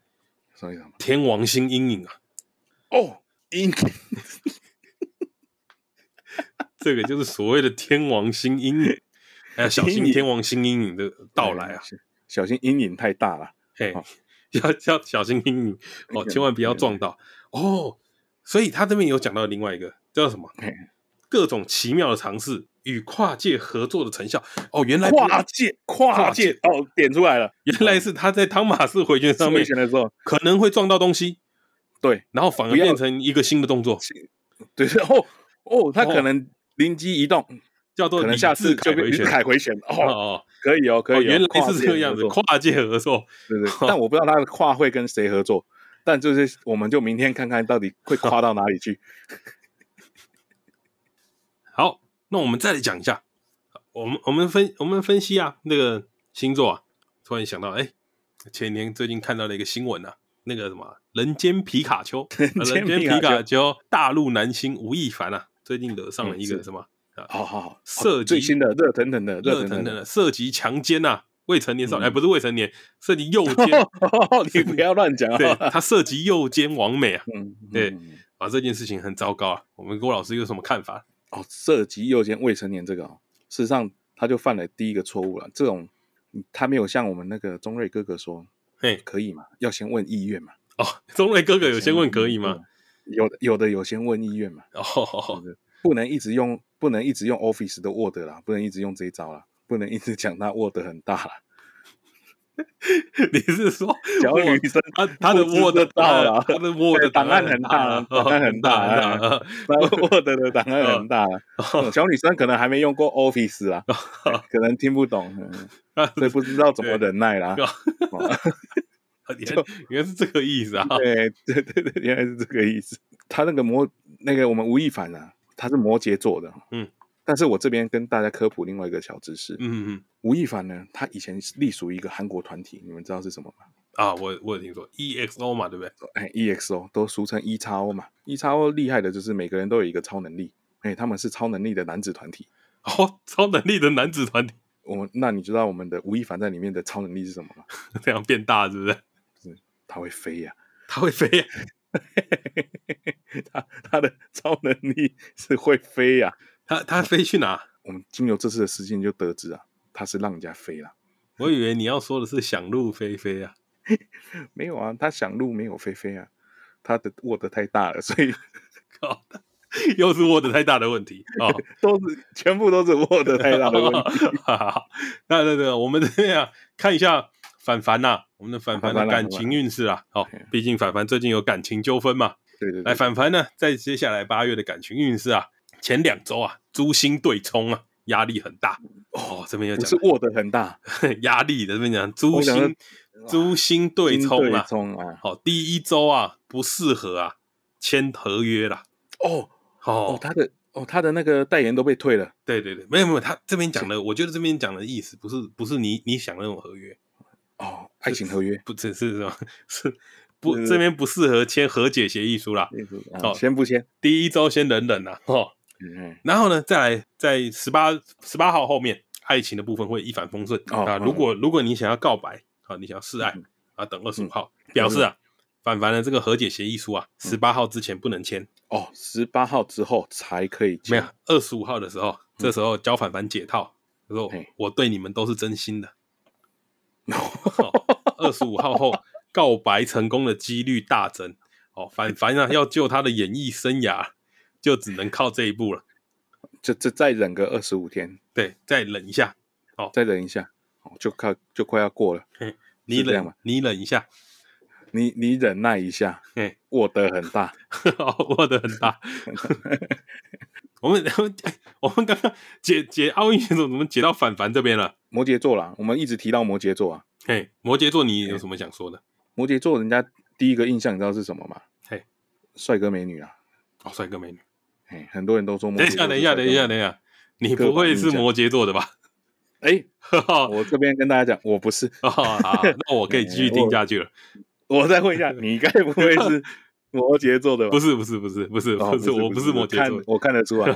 所以什么？
天王星阴影啊，
哦， *laughs* 因
这个就是所谓的天王星
*laughs*
阴影，哎呀，小心
阴影
天王星阴影的到来啊！，
小心阴影太大了。
嘿
好，
*laughs* 要要小心阴影哦，千万不要撞到哦。所以他这边有讲到另外一个叫什么
嘿？
各种奇妙的尝试与跨界合作的成效哦，原来不
跨界，跨界
跨
哦，点出来了。
*laughs* 原来是他在汤马斯回旋上面
回旋的时候，
可能会撞到东西，
对
然后反而
不要
变成一个新的动作，
对，哦哦，他
哦
可能灵机一动，
叫做
可能
李
下
志
次
凯
就
回
被
旋。
凯回旋。
哦
哦，
哦，
可以哦，可以
哦
哦，
原来
跨
是
界
这个样子，哦
合作
跨界合作。
对对。但我不知道他的跨会跟谁合作，但就是我们就明天看看到底会跨到哪里
*laughs*
去。
好，那我们再来讲一下，我们我们分我们分析啊，那个星座啊，突然想到，哎，前年最近看到了一个新闻啊，那个什么人间皮卡丘，呃
*laughs*
人
人间
间
皮
皮
卡丘
卡丘，大陆男星吴亦凡啊，最近惹上了一
嗯
个
是
什么啊
好好好，哦
涉及
最新的热腾腾的
热腾
腾
腾的涉及强奸呐、啊，未成年少
嗯
女，哎，不是未成年，涉及诱奸，
哦， *laughs* 你不要乱讲
对
啊！
他涉及诱奸王美啊，
嗯，嗯
对
嗯
啊，这件事情很糟糕啊，我们郭老师有什么看法？
哦，涉及诱奸未成年这个哦，事实上他就犯了第一个错误了。这种嗯他没有像我们那个钟瑞哥哥说
嘿，
可以嘛，要先问意愿嘛。
哦，钟瑞哥哥有先问可以
意
吗
愿？？有的有的有先问意愿嘛，
哦， *laughs*
不能一直用不能一直用 Office 的 Word 啦，不能一直用这一招啦，不能一直讲他 Word 很大啦。
你是说
讲
我
女
*laughs*
生
他他的
不知
Word
道啦
他的 Word
对档案很大
啊
档案很大
档 *laughs* 案很大
那 Word 的档案很大啦，
*laughs* 哦
小女生可能还没用过 Office 啦，可能听不
*laughs*
懂，嗯
啊
所以不知道怎么忍耐啦。哦
*laughs* 原来原来是这个意思啊！
对对对对，原来是这个意思。他那个摩那个我们吴亦凡啊，他是摩羯座的，
嗯。
但是我这边跟大家科普另外一个小知识，
嗯嗯
吴亦凡呢，他以前是隶属于一个韩国团体，你们知道是什么吗？
啊，我我有听说 EXO 嘛，对不对？
哎，EXO 都俗称 E 叉 O 嘛，E 叉 O 厉害的就是每个人都有一个超能力，哎，他们是超能力的男子团体。
哦，超能力的男子团体
我们那你知道我们的吴亦凡在里面的超能力是什么吗？
这样变大，是不是？
他会飞呀、 *laughs*
他会飞啊，
他他的超能力是会飞呀、
他他飞去哪？
我们经由这次的事件就得知啊，他是让人家飞了。
我以为你要说的是想入非非啊。
没有啊，他想入没有飞飞啊，他的握得太大了，
*laughs*
所以
靠，又是 Word 太大的问题哦。
都是全部都是握得 *laughs* 太大的问题。
*laughs* 好好好那那那，我们这样、看一下凡凡呐、我们的凡凡的
凡凡啊
感情运势啊。好
凡凡，
毕竟凡凡最近有感情纠纷嘛。
对对
来，
对，
凡凡呢，在接下来八月的感情运势啊，前两周啊，诛心对冲啊，压力很大。哦，这边有
不是
讲
握得很大，
*laughs* 压力的，这边讲诛
我想
心
到
诛心对
金
冲啊
对。冲啊！
好，第一周啊不适合啊签合约啦。
哦
哦
哦，他的哦他的那个代言都被退了，
对对对，没有没有，他这边讲的，我觉得这边讲的意思不是不是你你想的那种合约，
哦，爱情合约。
不只是什么是不
是
这边不适合签和解协议书啦。
啊
哦
先不签，
第一周先忍忍啦，哦，
嗯，
然后呢，再来在十八十八号后面，爱情的部分会一帆风顺
哦
啊。
嗯
如果如果你想要告白啊，你想要示爱
嗯嗯
啊，等二十五号表示啊，反凡的这个和解协议书啊，十八号之前不能签，
哦，十八号之后才可以签
没有，二十五号的时候，这时候教反凡解套，他说
嗯嘿
我对你们都是真心
*laughs*
的。哦二十五号后告白成功的几率大增。哦，反凡啊，要救他的演艺生涯，就只能靠这一步了。
这这再忍个二十五天，
对，再忍一下，
再忍一下，哦，就快就快要过了，
你
是这样
忍
吗，
你忍一下， *laughs*
你你忍耐一下
嘿，
握得很大，
哦握得很
*laughs*
大。我们 *laughs* 我们刚刚解解奥运选手怎么解到反凡这边了？
摩羯座啦，我们一直提到摩羯座啊，
嘿，摩羯座，你有什么想说的？
摩羯座人家第一个印象你知道是什么吗？
嘿，
帅哥美女啊，
哦，帅哥美女，
哎，很多人都说摩
等
羯
一
座
下，等一下，
是帅哥
等
美
一
女
下，，等一下，你不会是摩羯座的
*laughs*
吧？
哎，
哦， *laughs*
我这边跟大家讲，我不是，
好，那我可以继续听下去了。
我再问一
*laughs*
下，你该不会是摩羯座的吧？
不是，不是，不是，不是，
哦，
不是，我不是摩羯
看
座的。，
我看得出来
*laughs*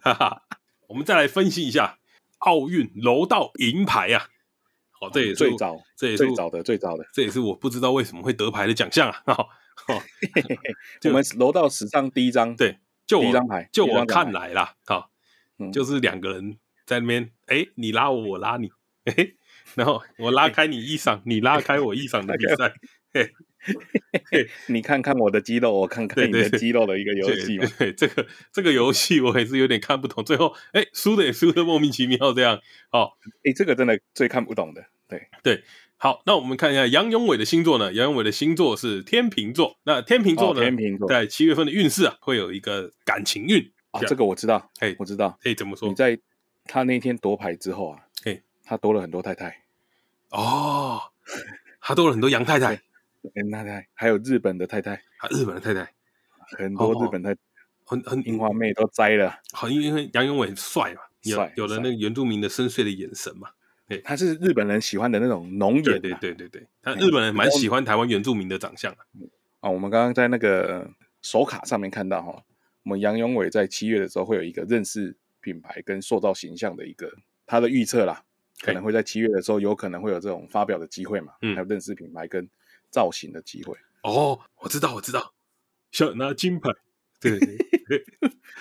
哈哈， *laughs* 我们再来分析一下奥运柔道银牌啊。好，这也是
哦最，早
这也是
最早的最早的，
这也是我不知道为什么会得牌的奖项啊。 *laughs* 哦哦，就
我们楼道史上第一张，
对就
第一张
我
牌
就
第一
我
张奖
看来啦，好
嗯，
就是两个人在那边，哎，你拉我，我拉你，哎，然后我拉开你衣裳，你拉开我衣裳的比
*laughs*
赛，
你看看我的肌肉，我看看
对
你
对
的肌肉的一个游戏嘛
对，对，这个这个游戏我也是有点看不懂，最后哎输的也输的莫名其妙这样。哦，
哎，这个真的最看不懂的，对，
好，那我们看一下杨永伟的星座呢？杨永伟的星座是天秤座，那天秤座
哦
呢，
天秤座
在七月份的运势啊，会有一个感情运。
啊，
这样
这个我知道，
哎
我知道，
哎，怎么
你
说？
在他那天夺牌之后啊，
嘿
他多了很多太太，
哦，他多了很多杨太太，
嗯，太太，还有日本的太太，
啊，日本的太太，
很
哦
多
哦
日本太
很很
樱花妹都摘了，
好，因为杨永伟很帅嘛，有
帅
有了
帅
那个原住民的深邃的眼神嘛。
他是日本人喜欢的那种浓眼、啊
对对。对对对，
嗯
但日本人蛮喜欢台湾原住民的长相啊。
啊，我们刚刚在那个手卡上面看到哈，我们杨永伟在七月的时候会有一个认识品牌跟塑造形象的一个他的预测啦，可能会在七月的时候有可能会有这种发表的机会嘛，
嗯
还有认识品牌跟造型的机会。
哦，我知道，我知道，想拿金牌， *laughs* 对对对，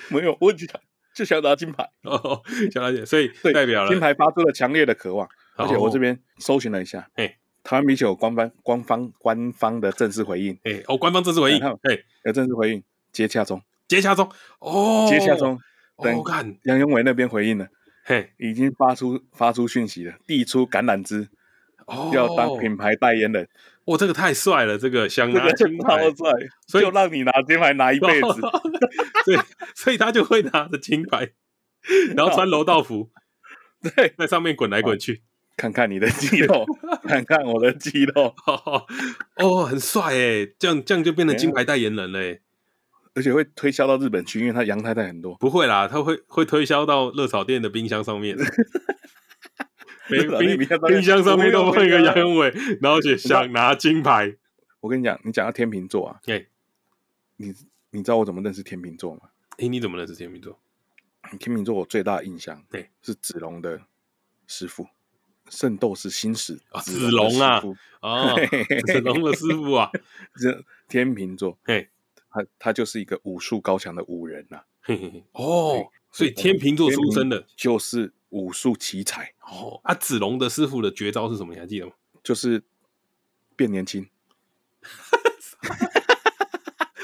没有，我只想就想拿金牌，
哦，想拿金牌，所以
对，
代表了
金，牌发出了强烈的渴望。
哦
而且我这，边搜寻了一下，
嘿
台湾米酒官方官方官方的正式回应，
哎，哦，官方正式回应，
然后
哎，
有正式回应，接洽中，
接洽中，哦，
接洽，中，
哦，
等
看，
杨永伟那边回应了。
嘿，
已经发出发出讯息了，递出橄榄枝，
哦，
要当品牌代言人，
哇，这个太帅了，这个想
这
拿
个
金
超
牌，
帅，
所以
就让你拿金牌拿一辈子。
*laughs* 所以所以他就会拿着金牌，然后穿柔道服
哦对，
在上面滚来滚去，
看看你的肌肉， *laughs* 看看我的肌肉，
哦，哦很帅哎，这样这样就变成
哎
金牌代言人欸嘞。
而且会推销到日本去，因为他洋太太很多，
不会啦，他会会推销到热炒店的冰箱
*laughs*
上面。
热炒店
冰
冰箱上面
冰箱上面都放一个
我没有啊
杨永伟，然后写想拿金牌。
我跟你讲，你讲到天秤座啊，
哎
你你知道我怎么认识天秤座吗？
哎，你怎么认识天秤座？
天秤座我最大的印象，
对，
是子龙的师傅，圣斗士星矢
啊子龙啊
的师傅
哦，子龙的师傅啊，
这天秤座，
嘿，
他他就是一个武术高强的武人呐、啊
嘿嘿嘿哦，所以天秤座出身的
就是武术奇才，
哦啊，子龙的师傅的绝招是什么？你还记得吗？ *laughs*
就是变年轻。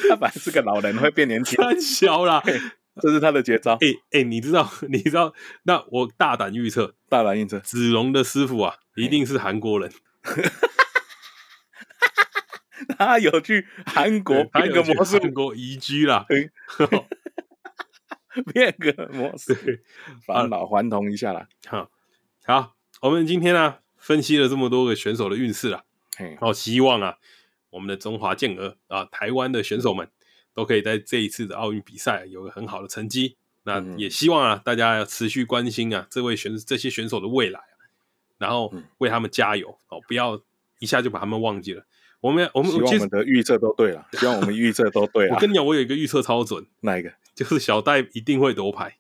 他本来是个老人，会变年轻，
太
*laughs*
小啦！
这是他的绝
*laughs*
招。
哎哎，你知道你知道？那我大胆预测，
大胆印证，
子龙的师傅啊，一定是韩国人。
他有去韩国
他
变个魔术，
韩国移居啦。
对变个魔术，
啊
返老还童一下啦。
好，好，我们今天呢、分析了这么多个选手的运势啊，
嘿，
哦，希望啊，我们的中华健儿啊，台湾的选手们都可以在这一次的奥运比赛有个很好的成绩。那
嗯
也希望啊，大家要持续关心啊，这位选这些选手的未来啊、然后
嗯
为他们加油哦，不要一下就把他们忘记了。我们我们
希望
其
我
实
们的预测都对了，希望我们预测都对啊
我
了。
跟你讲，我有一个预测超准， *laughs*
哪一个？
就是小戴一定会夺
*laughs*
牌，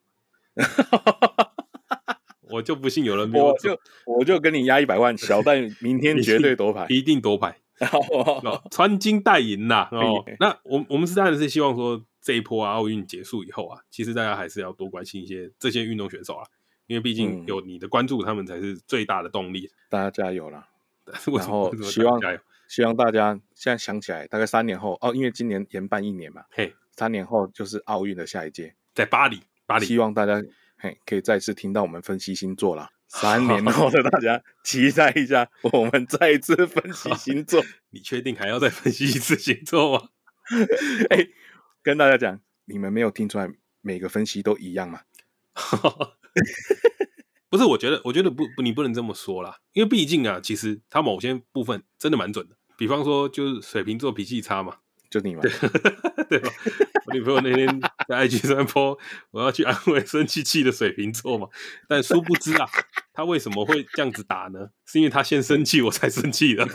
我就不信有人比
我
准
就我就跟你压一百万，小戴明天绝对夺
*laughs*
牌。
一定夺牌。哦，穿金戴
*laughs*
银啦。哦
嘿，
那我我们是当然是希望说这一波啊奥运结束以后啊，其实大家还是要多关心一些这些运动选手啊，因为毕竟
嗯
有你的关注，他们才是最大的动力。
*laughs*
*laughs*
大家加油啦！
但是为什
然
么
后
为什么
希望
大家有
希望大家现在想起来，大概三年后哦，因为今年延办一年嘛，
嘿，
三年后就是奥运的下一届，
在巴黎，巴黎
希望大家嘿可以再次听到我们分析星座
*laughs*
啦。三年后的大家期待一下，我们再一次分析星座。 *laughs*
你确定还要再分析一次星座吗？
哎、跟大家讲，你们没有听出来每个分析都一样吗？
*laughs* 不是，我觉得，我觉得不，不你不能这么说啦，因为毕竟啊，其实它某些部分真的蛮准的，比方说就是水瓶座脾气差嘛， *laughs*
就你们，
对吧？我女朋友那天在 IG 上泼，我要去安慰生气气的水瓶座嘛，但殊不知啊，他为什么会这样子打呢？是因为他先生气，我才生气的。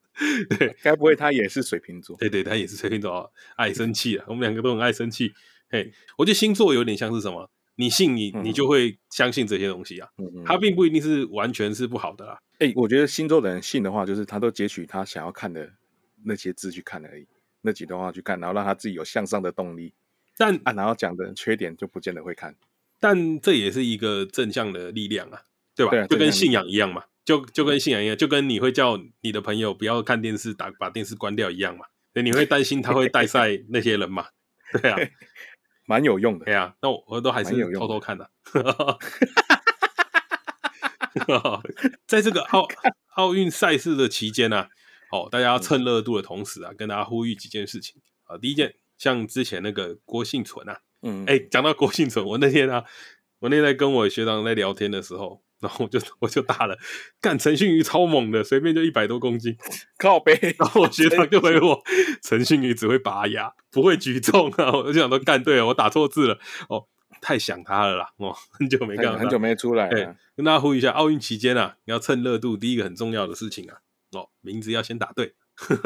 *laughs* 对
该不会他也是水瓶座？
对对，他也是水瓶座啊，爱生气啊，我们两个都很爱生气。嘿，我觉得星座有点像是什么，你信你，你就会相信这些东西啊。
嗯嗯
它并不一定是完全是不好的啦。
哎、我觉得星座的人信的话，就是他都截取他想要看的那些字去看而已，那几段话去看，然后让他自己有向上的动力
但
啊。然后讲的缺点就不见得会看。
但这也是一个正向的力量啊，对吧？
对啊
就跟
正向力
信仰一样嘛，就就跟信仰一样，就跟你会叫你的朋友不要看电视，打把电视关掉一样嘛。对你会担心他会
*laughs*
带赛那些人嘛？对啊，
蛮有用的
对。啊，那我我都还是
蛮有用的
偷偷看啊
*laughs*
的、在这个奥奥运赛事的期间呢、啊，哦，大家
嗯
要趁热度的同时啊，跟大家呼吁几件事情啊。第一件，像之前那个郭幸存啊，
嗯，
哎、讲到郭幸存，我那天啊，我那天在跟我学长在聊天的时候，然后我就我就打了，干陈信宇超猛的，随便就一百多公斤。
靠
*laughs*
背，
然后我学长就回我， *laughs* 陈信宇只会拔牙，不会举重啊。我就想说，干对了，我打错字了，哦，太想他了啦，哦，很久没看到他
很久没出来
对
了。
跟大家呼吁一下，奥运期间啊，你要趁热度，第一个很重要的事情啊，哦，名字要先打对，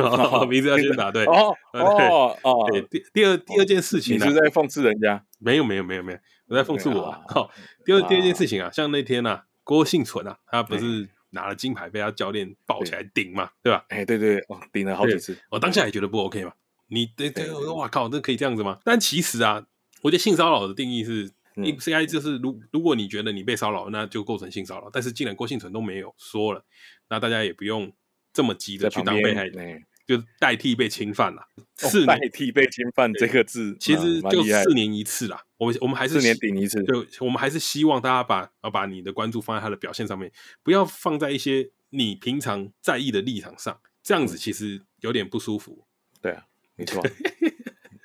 *laughs* 名字要先打对。
哦
呃对
哦哦，
对，第第二第二件事情
你
啊呢、
是在讽刺人家？
没有没有没有没有，我在讽刺我、啊。
对
哦，第二
啊
第二件事情啊，像那天啊，郭幸存啊，他不是拿了金牌被他教练抱起来顶嘛，对吧？
哎，对对，哦，顶了好几次。
我当下也觉得不 OK 嘛，你对
对
对，
对
哇靠，这可以这样子吗？但其实啊，我觉得性骚扰的定义是。
嗯
应该就是，如如果你觉得你被骚扰，那就构成性骚扰。但是既然郭幸存都没有说了，那大家也不用这么急
在
的去
旁
当被害
边，
人，
哎，
就代替被侵犯了。
哦
四
代
年
替被侵犯这个字，
其实
嗯蛮
就
厉害
四年一次啦。我们我们还是
四年
希
顶一次。
对，我们还是希望大家把要把你的关注放在他的表现上面，不要放在一些你平常在意的立场上，这样子
嗯
其实有点不舒服，
对啊，没错。
*laughs*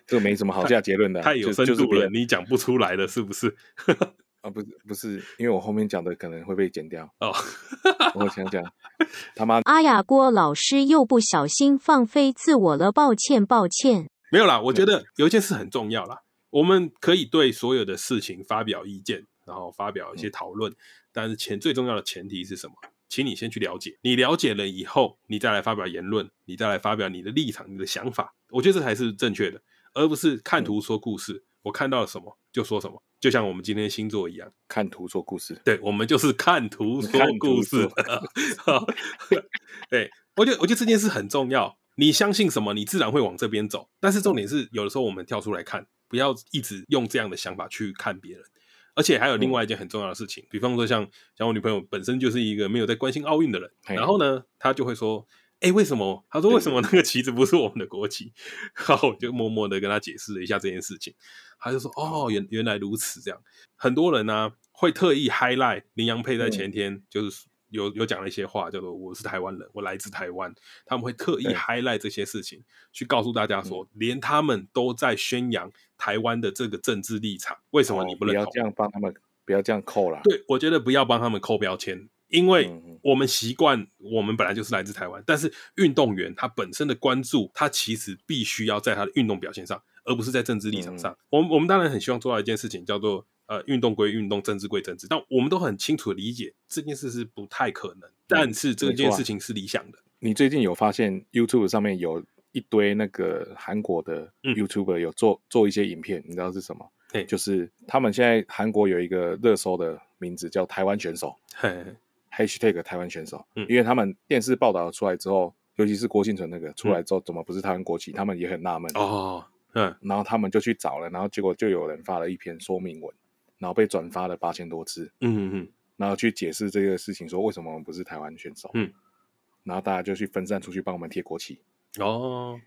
这个没什么好下结论的啊，
太有
就
深
就是
度
别
了，
人
你讲不出来了，是不是？
啊，不是不是，因为我后面讲的可能会被剪掉。
哦，
我想
*laughs*
想，
阿雅郭老师又不小心放飞自我了，抱歉抱歉。
没有啦，我觉得有一件事很重要啦，我们可以对所有的事情发表意见，然后发表一些讨论，但是前最重要的前提是什么？请你先去了解，你了解了以后，你再来发表言论，你再来发表你的立场、你的想法，我觉得这才是正确的，而不是看图说故事。我看到了什么，就说什么，就像我们今天星座一样，
看图做故事，
对我们就是看图说
看图
故事
说
的。 *laughs* 对，我觉得我觉得这件事很重要。你相信什么，你自然会往这边走。但是重点是，有的时候我们跳出来看，不要一直用这样的想法去看别人。而且
嗯
还有另外一件很重要的事情，比方说像像我女朋友本身就是一个没有在关心奥运的人，
嘿
然后呢，她就会说：“哎、为什么？”她说：“为什么那个旗子不是我们的国旗？”然后我就默默的跟她解释了一下这件事情，她就说：“哦，原原来如此。”这样，很多人呢、会特意 highlight 林洋
嗯
配在前天、就是有有讲了一些话，叫做“我是台湾人，我来自台湾”，他们会特意
对嗯
highlight 这些事情，去告诉大家说，连他们都在宣扬台湾的这个政治立场，为什么
哦
你不
要
认
这
同？
样帮他们，不要这样扣啦。
对我觉得不要帮他们扣标签，因为
嗯嗯
我们习惯，我们本来就是来自台湾，但是运动员他本身的关注，他其实必须要在他的运动表现上，而不是在政治立场上。我们我们当然很希望做到一件事情，叫做呃，运动归运动，政治归政治，但我们都很清楚地理解这件事是不太可能，但是这件事情是理想的。
你最近有发现 YouTube 上面有一堆那个韩国的
嗯
YouTuber 有做、做一些影片，你知道是什么
嘿？
就是他们现在韩国有一个热搜的名字叫“台湾选手
嘿，”
#hashtag 台湾选手，
嗯
因为他们电视报道出来之后，尤其是郭庆存那个出来之后，怎么不是台湾国旗？他们也很纳闷。
嗯哦，嗯，
然后他们就去找了，然后结果就有人发了一篇说明文，然后被转发了八千多次。
嗯嗯
然后去解释这个事情，说为什么我们不是台湾选手。
嗯，
然后大家就去分散出去帮我们贴国旗，
嗯，哦，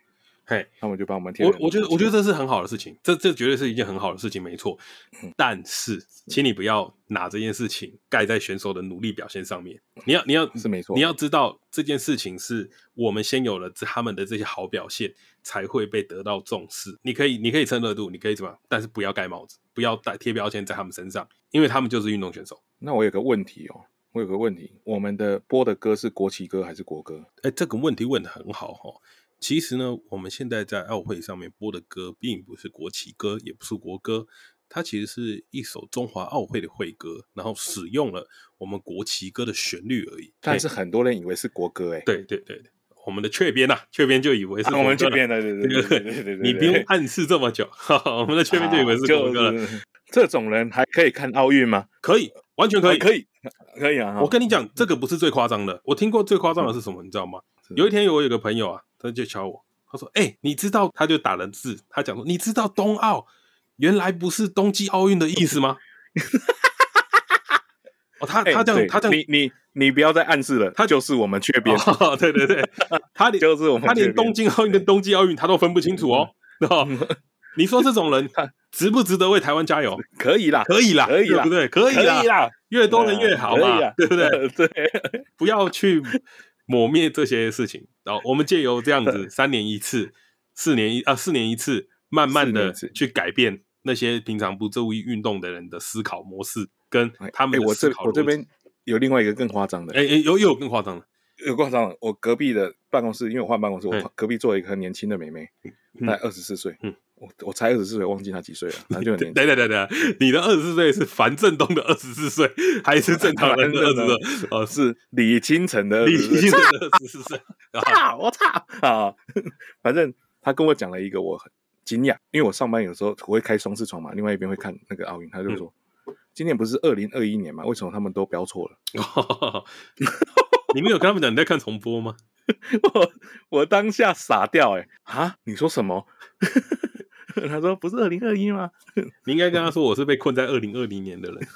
嘿，
他们就帮我们贴了
我
很多国
我觉
旗。
得我觉得这是很好的事情，这这绝对是一件很好的事情，没错。
嗯
但是，请你不要拿这件事情盖在选手的努力表现上面。你要你要
是没错
你要知道这件事情是我们先有了这他们的这些好表现，才会被得到重视。你可以你可以蹭热度，你可以怎么样，但是不要盖帽子，不要带贴标签在他们身上，因为他们就是运动选手。
那我有个问题哦，我有个问题，我们的播的歌是国旗歌还是国歌？
哎，这个问题问的很好哦。其实呢，我们现在在奥会上面播的歌，并不是国旗歌，也不是国歌，它其实是一首中华奥会的会歌，然后使用了我们国旗歌的旋律而已。
但是
嘿，
很多人以为是国歌哎、
对对对，对我们的雀边呐、雀边就以为是
啊我们
国
这
歌
边
了。
的，对对对对对对对对，
你不用暗示这么久， *laughs* 哈哈，我们的雀边就以为是国歌
啊
了，
就是这种人还可以看奥运吗？
可以，完全可以，
啊可以，可以啊！
我跟你讲，这个不是最夸张的。我听过最夸张的是什么，你知道吗？
是
有一天有我有个朋友啊，他就敲我，他说：“哎、你知道？”他就打了字，他讲说：“你知道冬奥原来不是冬季奥运的意思吗？” *laughs* 哦，他
哎
他这样、
对
他这样
你你你不要再暗示了，
他
就是我们缺边，
哦，对对对，他连
*laughs* 就是我们
他连
缺边嗯
东京奥运跟冬季奥运他都分不清楚哦。
*laughs*
哦，你说这种人值不值得为台湾加油？
可以啦，
可以啦，
可以啦
对不对？可以啦，
啦，嗯
越多人越好嘛，对不对？
啊 *laughs* 对？对，
不要去抹灭这些事情。然后我们借由这
*laughs*
样子三年一次、四年一啊四年一次，慢慢
四年
的
一次
去改变那些平常不注意运动的人的思考模式跟他们
哎
的
我
思
这
考
我这
逻辑
边有另外一个更夸张的，
哎哎有有更夸张了，
有更夸张的。我隔壁的办公室，因为我换办公室，我
哎
隔壁坐了一个很年轻的妹妹，
嗯
大概二十四岁
嗯，
我我才二十四岁，忘记她几岁了，啊反正就很
对
年
对
轻。 *laughs*
对对，你的二十四岁是樊振东的二十四岁，还是正常人的二十四？哦，是
是李清晨的
李
24
金
岁
的二十四岁。 *laughs*
操，我 *laughs* 操啊！反正他跟我讲了一个我很惊讶，因为我上班有时候我会开双视窗嘛，另外一边会看那个奥运，他
嗯
就说。今年不是二零二一年嘛？为什么他们都标错了？
你没有跟他们讲你在看重播吗？
我我当下傻掉、欸，哎啊！你说什么？ *laughs* 他说不是二零二一吗？
你应该跟他说我是被困在二零二零年的人。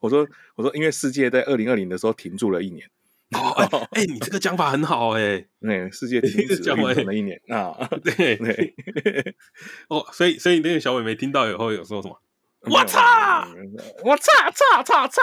我说我说，因为世界在二零二零的时候停住了一年，
哦，哎、哎你这个讲法很好哎、
那、世界停
*laughs*
止
讲完
运动了一年啊。
对
对，
哦，所以所以那个小伟没听到以后有说什么？ *laughs* 我操！
我操！操操操！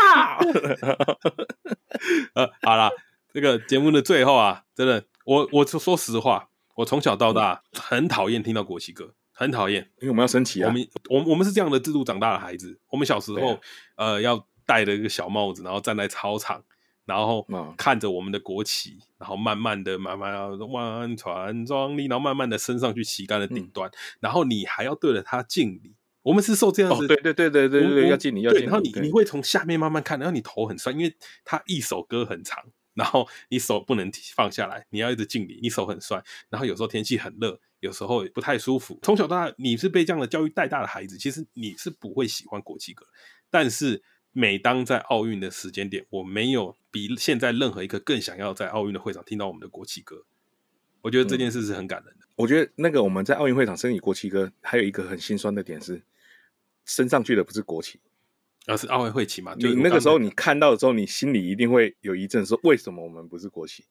呃，好啦，这个节目的最后啊，真的，我我说说实话，我从小到大很讨厌听到国旗歌，很讨厌。
*laughs* 因为我们要升旗
我
啊，
们我们我们是这样的制度长大的孩子，我们小时
对
候
啊
呃要戴着一个小帽子，然后站在操场，然后
嗯
看着我们的国旗，然后慢慢的、慢慢的弯船壮丽，然后慢慢的升上去旗杆的
嗯
顶端，然后你还要对着它敬礼。我们是受这样
哦
子，
对对对对对
我
对
我
要敬礼要
对
敬
然后
礼
你
对
你会从下面慢慢看，然后你头很酸，因为它一首歌很长，然后你手不能放下来，你要一直敬礼，你手很酸，然后有时候天气很热，有时候不太舒服。从小到大，你是被这样的教育带大的孩子，其实你是不会喜欢国际歌。但是，每当在奥运的时间点，我没有比现在任何一个更想要在奥运的会场听到我们的国旗歌。我
嗯
觉得这件事是很感人的。
我觉得那个我们在奥运会场升起国旗歌，还有一个很心酸的点是，升上去的不是国旗。
而、是奥运会旗嘛，就
你
是我
那个
刚
时候
才
你看到的时候，你心里一定会有一阵说，为什么我们不是国旗？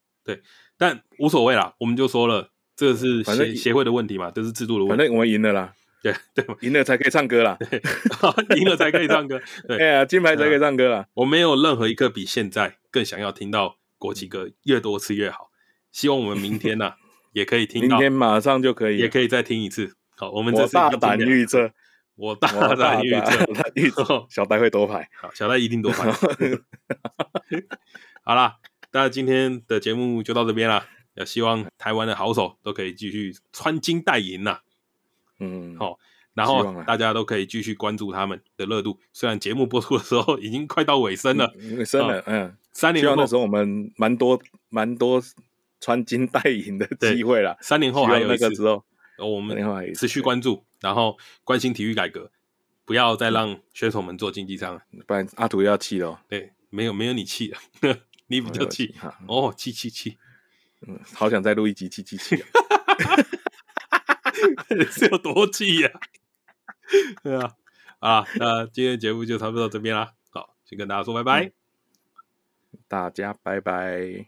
但无所谓啦，我们就说了，这是
反正
协协会的问题嘛，这是制度的
反
问题，
正我们赢了啦，
对对嘛，
赢了才可以唱歌啦，
*laughs* 赢了才可以唱歌。
哎
对
呀，金牌才可以唱歌啦。
我没有任何一个比现在更想要听到国旗歌，越多次越好。希望我们
*laughs*
明天呐、也可以听
明
到，
天马上就可以了，
啊也可以再听一次。好，我们这
我
次已
大
经
胆
尽量
预测，
我
我
大胆预测，
大胆预
哦
测，小白会夺牌。
*laughs* 好，小戴一定多拍。 *laughs* 好啦，那今天的节目就到这边啦。也希望台湾的好手都可以继续穿金戴银呐、
嗯，
好然
希望啊
后
啦
大家都可以继续关注他们的热度。虽然节目播出的时候已经快到尾声了，啊
嗯，真的，嗯，
三
希
年
望那时
后，
候我们蛮多蛮多穿金戴银的机会啦。
三年
希
后
望
还有
那
一次
个，之后，
呃我们
三年后还有一次
持续关注，然后关心体育改革，不要再让选手们做经济舱了。
不然阿土又要气了哦。
对，没有没有你气了， *laughs* 你比较气
哈，
哦，气气气， *laughs*
嗯，好想再录一集气气气啊。
是有多气呀、 *laughs* 对啊，啊，那今天节目就差不多到这边啦。好，先跟大家说拜拜。
大家拜拜。